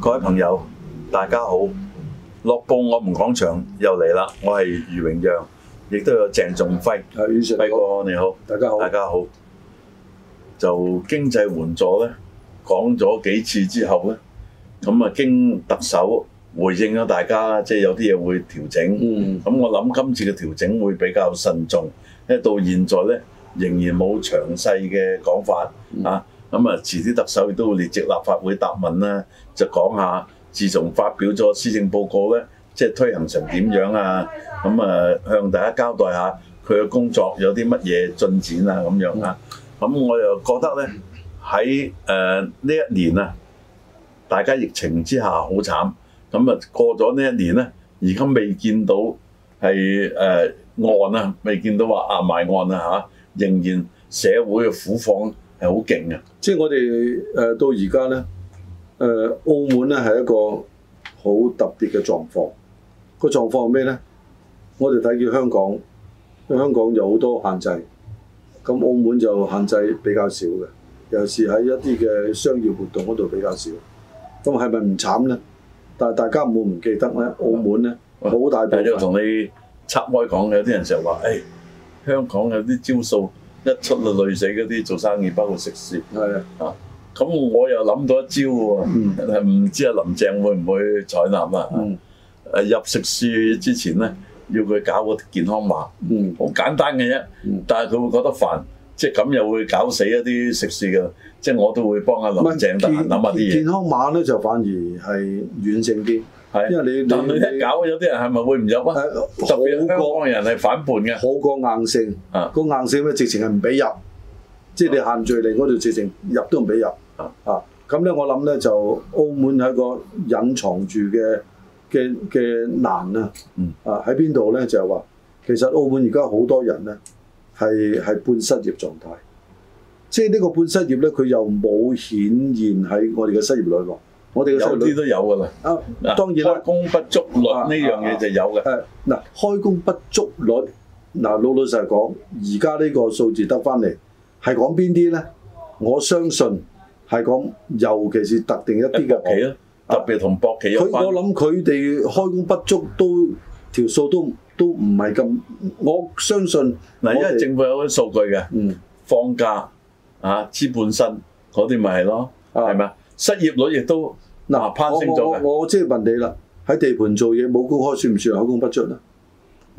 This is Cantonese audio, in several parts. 各位朋友，大家好！樂報我們講場又嚟啦，我係余榮陽，亦都有鄭仲輝。係袁 Sir 你好，輝哥你好，大家好大家好。就經濟援助咧，講咗幾次之後咧，咁啊經特首回應咗大家，即係有啲嘢會調整。嗯，咁我諗今次嘅調整會比較慎重，因為到現在咧仍然冇詳細嘅講法嗯啊。咁啊，遲啲特首亦都會列席立法會答問啦，就講下自從發表咗施政報告咧，即係推行成點樣啊？咁啊，向大家交代下佢嘅工作有啲乜嘢進展啊咁樣啊。咁我又覺得咧喺誒呢一年啊，大家疫情之下好慘，咁啊過咗呢一年咧，而家未見到係誒、呃、案啊，未見到話壓埋案啊嚇，仍然社會嘅苦況係好勁啊嘅。即係我哋誒、呃到而家咧，誒、澳門咧係一個好特別嘅狀況。個狀況係咩咧？我哋睇見香港，因為香港有好多限制，咁澳門就限制比較少嘅，尤其是喺一啲嘅商業活動嗰度比較少。咁係咪唔慘咧？但係大家唔好唔記得咧，澳門咧喂好大部但係分呢個同你插開講嘅，有啲人成日話：，誒、哎香港有啲招數一出就累死嗰啲做生意，包括食肆。係啊，咁我又諗到一招喎，嗯係唔知阿林鄭會唔會採納啦？嗯誒入食肆之前咧，要佢搞個健康碼，嗯好簡單嘅啫嗯。但係佢會覺得煩，即係咁又會搞死一啲食肆嘅。即係我都會幫阿林唔係鄭得閒諗下健啲嘢。康碼咧就反而係軟性啲，係，因為你你但係一搞有啲人係咪會唔入啊？誒特別香好過港人係反叛嘅。好過硬性啊，個硬性咧直情係唔俾入，即係你限聚令嗰度直情入都唔俾入啊啊。咁咧我諗咧就澳門係一個隱藏住嘅嘅嘅難啊嗯，啊喺邊度咧就係話其實澳門而家好多人咧係係半失業狀態，即係呢個半失業咧佢又冇顯現喺我哋嘅失業率喎，我哋嘅失業有率啲。都有㗎啦。啊，嗱當然啦啊開，工不足率呢樣嘢就有嘅。誒嗱，開工不足率嗱，老老實講，而家呢個數字得翻嚟係講邊啲咧？我相信係講，尤其是特定一啲啲博企嘅啦，特別同博企有行業，啊佢關我。諗佢哋開工不足都條數都都唔係咁，我相信嗱，因為我哋政府有啲數據嘅，嗯放假啊、資本薪嗰啲咪係咯，啊係咪啊？失業率亦都嗱嗱，攀升我咗我嘅，我我即係問你啦，喺地盤做嘢冇工開算唔算開工不足咧？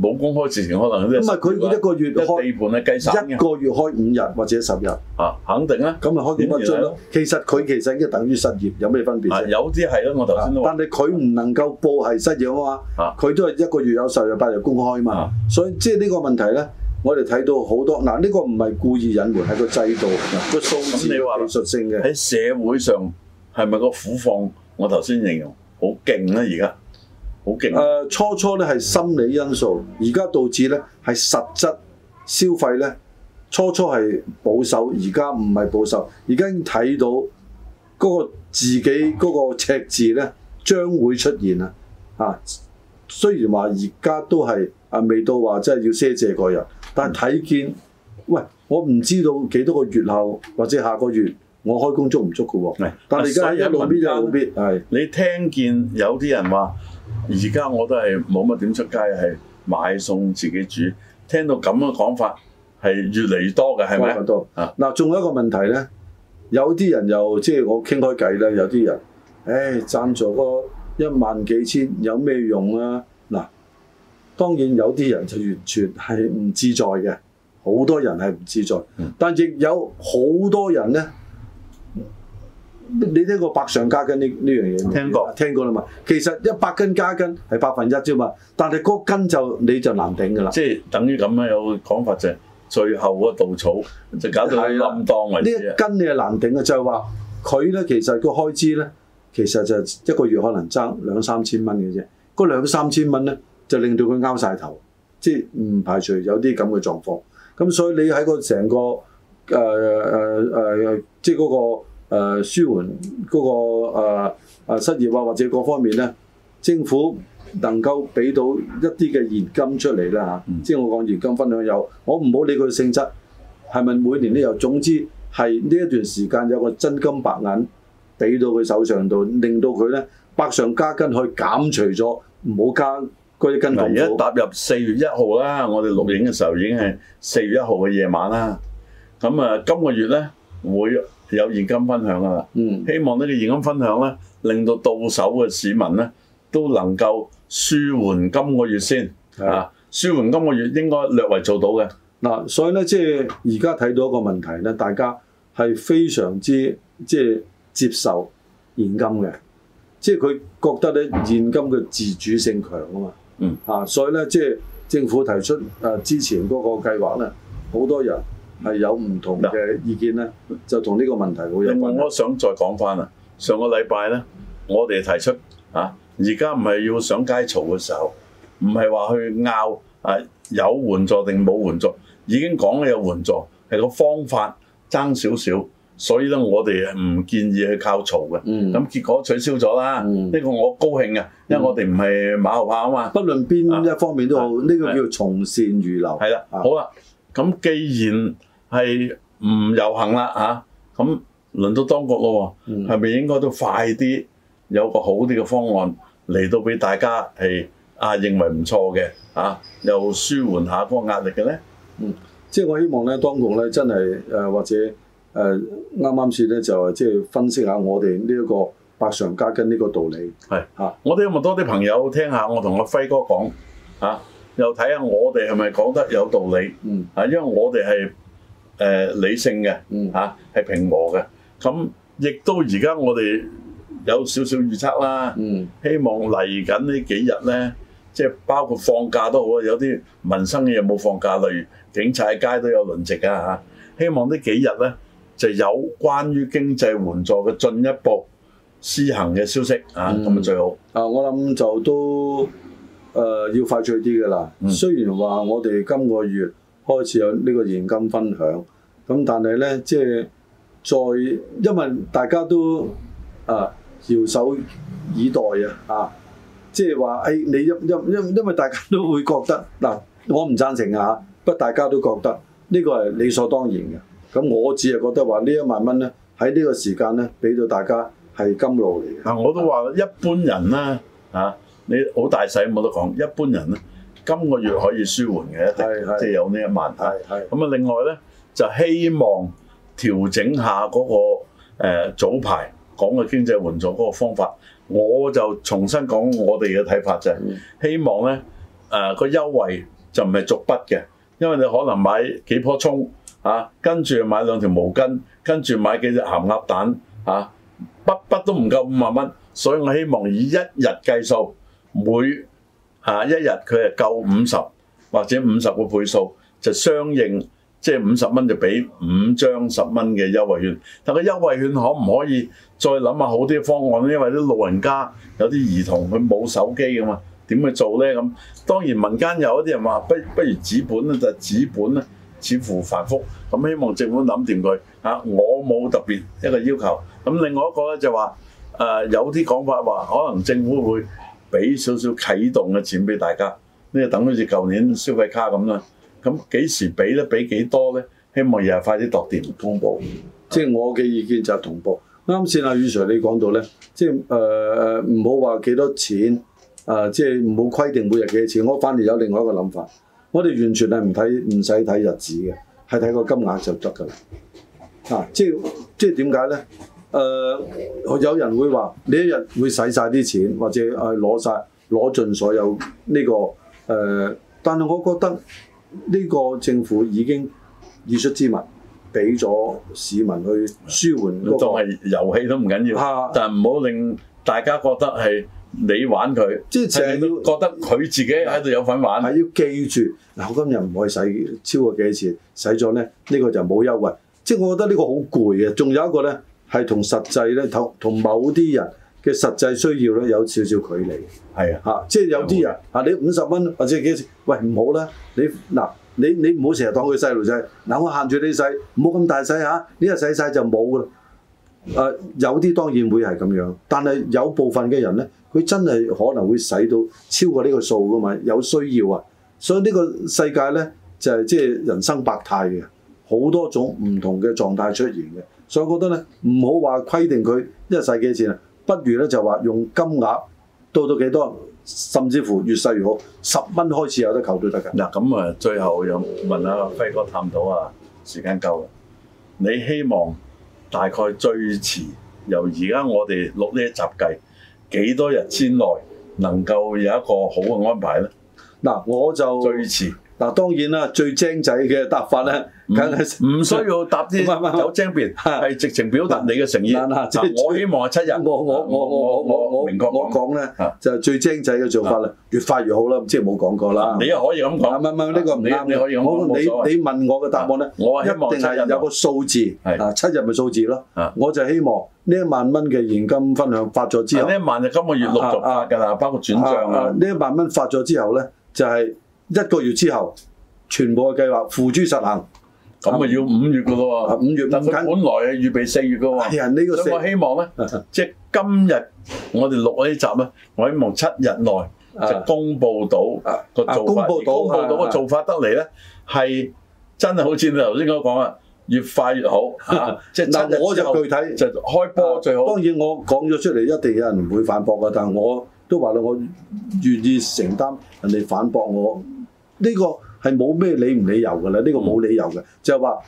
冇公開之前可能都係咁咪啊佢失業啦一個月開一地盤係計省一嘅個月開五日或者十日，啊，肯定啦。咁咪開工不足點咯而。其實佢其實已經等於失業，有咩分別啊啫？啊有啲係啦，我頭先都話但係佢唔能夠報係失業啊啊嘛，佢都係一個月有十日八日公開啊啊嘛，所以即係呢個問題咧，我哋睇到好多嗱，呢個唔係故意隱瞞，係個制度個數字咁你話啦技術性嘅，喺社會上係咪個苦況？我頭先形容好勁啊啦，而家好勁啊。誒呃初初咧係心理因素，而家導致咧係實質消費咧，初初係保守，而家唔係保守，而家已經睇到嗰個自己嗰個赤字咧將會出現啦，啊！雖然話而家都係啊未到話真係要賒借個人，但係睇見，喂，我唔知道幾多個月後或者下個月我開工足唔足嘅喎係，但係而家係一路搣一路搣，係你聽見有啲人話，而家我都係冇乜點出街，係買餸自己煮。聽到咁嘅講法係越嚟越多嘅，係咪講咁多啊？嗱，仲有一個問題咧，有啲人又即係我傾開偈咧，有啲人，唉，贊助嗰一萬幾千有咩用啊？嗱，當然有啲人就完全係唔自在嘅，好多人係唔自在，嗯但亦有好多人咧。你聽過百上加斤呢呢樣嘢未？聽過聽過啦嘛。其實一百斤加斤係百分一啫嘛，但係嗰斤就你就難頂㗎啦。即係等於咁樣有個講法就係最後嗰稻草就搞到你係啦冧當為呢一止啊！斤你係難頂嘅，就係話佢咧其實個開支咧，其實就係一個月可能爭兩三千蚊嘅啫。嗰兩三千蚊咧，就令到佢拗晒頭，即係唔排除有啲咁嘅狀況。咁所以你喺個成個呃誒誒誒，呃即係嗰、個、呃、舒緩嗰、個誒、呃失業啊，或者各方面咧，政府能夠俾到一啲嘅現金出嚟啦嚇。嗯即係我講現金分享有，我唔好理佢性質係咪每年都有，總之係呢一段時間有個真金白銀俾到佢手上度，令到佢咧百上加斤去減除咗，唔好加嗰啲斤嗱，而家咁苦。踏入四月一號啦，我哋錄影嘅時候已經係四月一號嘅夜晚啦。咁啊，今個月咧會有現金分享噶啦。嗯，希望呢個現金分享咧，令到到手嘅市民咧都能夠舒緩今個月先係啊，舒緩今個月應該略為做到嘅。嗱，所以咧即係而家睇到一個問題咧，大家係非常之即係接受現金嘅，即係佢覺得咧現金嘅自主性強啊嘛。嗯。啊，所以咧即係政府提出誒、呃之前嗰個計劃咧，好多人係有唔同嘅意見咧，就同呢個問題會有另外，關係。我想再講翻啊，上個禮拜咧，我哋提出啊，而家唔係要上街嘈嘅時候，唔係話去拗啊有援助定冇援助，已經講咗有援助，係個方法爭少少，所以咧我哋唔建議去靠嘈嘅。嗯咁結果取消咗啦，嗯呢個我高興嘅，因為我哋唔係馬後炮啊嘛。不論邊一方面都好，啊呢、個叫從善如流。係啦，啊好啦，咁既然係唔遊行啦嚇，咁、輪到當局咯嗯喎，係咪、應該都快啲有個好啲嘅方案嚟到俾大家係啊認為唔錯嘅啊，又舒緩下嗰個壓力嘅咧？即係我希望咧，當局咧真係誒、呃或者誒啱啱先咧就係即係分析下我哋呢一個百上加斤呢個道理。係啊我哋有冇多啲朋友聽下我同阿輝哥講啊，又睇下我哋係咪講得有道理嗯啊？因為我哋係誒理性嘅。嗯嚇係平和嘅。咁亦都而家我哋有少少預測啦，嗯希望嚟緊呢幾日咧，即係包括放假都好啊，有啲民生嘅嘢冇放假，例如警察喺街都有輪值啊嚇。希望呢幾日咧就有關於經濟援助嘅進一步施行嘅消息啊，嗯咁啊最好。啊，我諗就都誒、呃要快脆啲㗎啦。嗯雖然話我哋今個月開始有呢個現金分享，咁但係咧即係再因為大家都啊搖手以待啊啊！即係話誒，你因因因因為大家都會覺得嗱，我唔贊成啊，不過大家都覺得呢個係理所當然嘅。咁我只係覺得話呢一萬蚊咧，喺呢個時間咧，俾到大家係甘露嚟嘅。啊，我都話啦一般人啦啊，你好大使冇得講，一般人咧今個月可以舒緩嘅，一係定係即係有呢一萬啊係係。咁啊，另外咧就希望調整下嗰、個、呃、早排講嘅經濟援助嗰個方法，我就重新講我哋嘅睇法就係、希望咧誒、呃個優惠就唔係逐筆嘅，因為你可能買幾樖葱啊，跟住買兩條毛巾，跟住買幾隻鹹鴨蛋啊，筆筆都唔夠五萬蚊，所以我希望以一日計數，每啊一日佢係夠五十或者五十個倍數，就相應即係五十蚊就俾五張十蚊嘅優惠券。但個優惠券可唔可以再諗下好啲嘅方案咧？因為啲老人家有啲兒童佢冇手機噶嘛，點去做咧咁？當然民間有一啲人話不不如紙本啦，但係紙本咧似乎繁複，咁希望政府諗掂佢啊！我冇特別一個要求。咁另外一個咧就話誒、呃有啲講法話可能政府會俾少少啟動嘅錢俾大家，呢個等好似舊年消費卡咁啦。咁幾時俾咧？俾幾多咧？希望又係快啲度掂公佈。即係我嘅意見就係同步。啱先阿宇 Sir 你講到咧，即係誒誒唔好話幾多錢，誒、啊即係唔好規定每日幾多錢。我反而有另外一個諗法，我哋完全係唔睇唔使睇日子嘅，係睇個金額就得㗎啦。啊，即係即係點解咧？誒、有人會話你一日會使晒啲錢，或者誒攞晒攞盡所有呢、個誒、但係我覺得呢個政府已經以出之民俾咗市民去舒緩當嗰、個。係遊戲都唔緊啊要，但唔好令大家覺得係你玩佢，即係成日係令到覺得佢自己喺度有份玩。係要記住，嗱，我今日唔可以使超過幾多錢，使咗咧呢、呢個就冇優惠。即係我覺得呢個好攰嘅。仲有一個咧係同實際咧同同某啲人嘅實際需要咧有少少距離係啊，嚇、即係有啲人啊，你五十蚊或者幾多錢，喂唔好啦，你嗱你你唔好成日當佢細路仔，嗱我限住你使，唔好咁大使嚇，呢日使晒就冇啦。誒、有啲當然會係咁樣，但係有部分嘅人咧，佢真係可能會使到超過呢個數噶嘛，有需要啊，所以呢個世界咧就係即係人生百態嘅，好多種唔同嘅狀態出現嘅，所以我覺得咧，唔好話規定佢一日使幾錢啊，不如咧就話用金額到到幾多，甚至乎越細越好，十蚊開始有得求都得㗎。嗱咁啊，最後又問阿輝哥探討啊，時間夠啦。你希望大概最遲由而家我哋錄呢一集計幾多日之內能夠有一個好嘅安排咧？嗱，我就最遲嗱當然啦，最精仔嘅答法咧，唔梗係嗯唔需要答唔係唔係啲有精辯，係直情表達你嘅誠意。嗱嗱即係嗱我希望係七日。我我我我我我我明確我講，講咧啊就係最精仔嘅做法啦，越快越好啦，唔知有冇講過啦。你又可以咁講。啊唔係唔係呢個唔啱你你可以嘅，咁講我冇你所謂你問我嘅答案咧，啊我係希望一定七日係有內個數字，係啊七日咪數字咯啊。我就希望呢一萬蚊嘅現金分享發咗之後啊呢，一萬就今個月陸續發㗎啦，包括轉帳啊啊啊。呢一萬蚊發咗之後咧，就係一個月之後，全部嘅計劃付諸實行。咁啊要五月噶咯啊喎，五月但佢五緊本來係預備四月噶喎。係啊呢個四所以我希望啊咧，即係今日我哋錄呢集咧，我希望七日內就啊公佈到啊個做法，啊公佈到而公佈到啊個啊做法得嚟咧，係真係好似你頭先所講啊，越快越好嚇。即係七日啊嗱，我之後就具體就開波最好。啊當然我講咗出嚟，一定有人唔會反駁嘅。但係我都話啦，我願意承擔人哋反駁我，呢、個係冇咩理唔理由嘅啦。呢、個冇理由嘅，就係話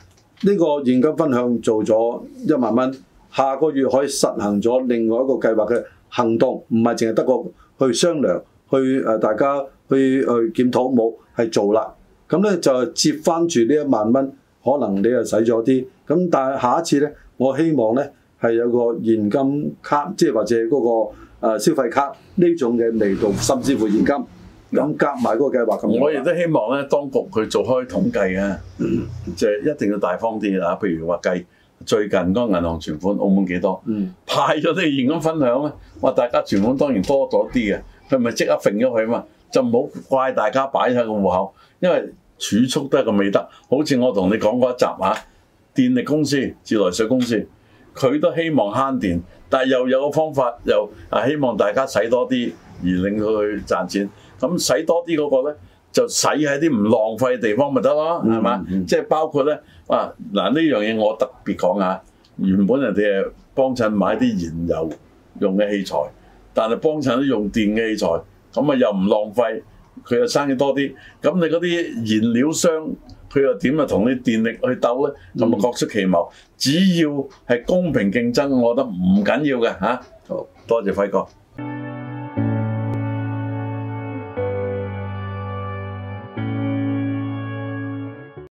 呢個現金分享做咗一萬蚊，下個月可以實行咗另外一個計劃嘅行動，唔係淨係得個去商量，去誒、呃大家去去檢討冇係做啦。咁咧就接翻住呢一萬蚊，可能你又使咗啲，咁但係下一次咧，我希望咧係有個現金卡，即係或者嗰、個、呃、消費卡呢種嘅味道，甚至乎現金，咁夾埋嗰個計劃咁樣。我亦都希望咧，當局佢做開統計啊，嗯就一定要大方啲啦。譬如話計最近嗰個銀行存款，澳門幾多？嗯派咗啲現金分享咧，啊哇！大家存款當然多咗啲嘅，佢咪即刻揈咗佢嘛，就唔好怪大家擺喺個戶口，因為儲蓄都係個美德。好似我同你講嗰一集啊，電力公司、自來水公司，佢都希望慳電，但係又有個方法，又啊希望大家使多啲而令到佢賺錢。咁使多啲嗰個咧，就使喺啲唔浪費嘅地方咪得咯，係嘛嗯？嗯即係包括咧，啊嗱呢樣嘢我特別講下，原本人哋係幫襯買啲燃油用嘅器材，但係幫襯都用電嘅器材，咁啊又唔浪費，佢又生意多啲。咁你嗰啲燃料商，佢又點啊同你電力去鬥咧？咁啊各出其謀。只要係公平競爭，我覺得唔緊要嘅嚇。好，多謝輝哥。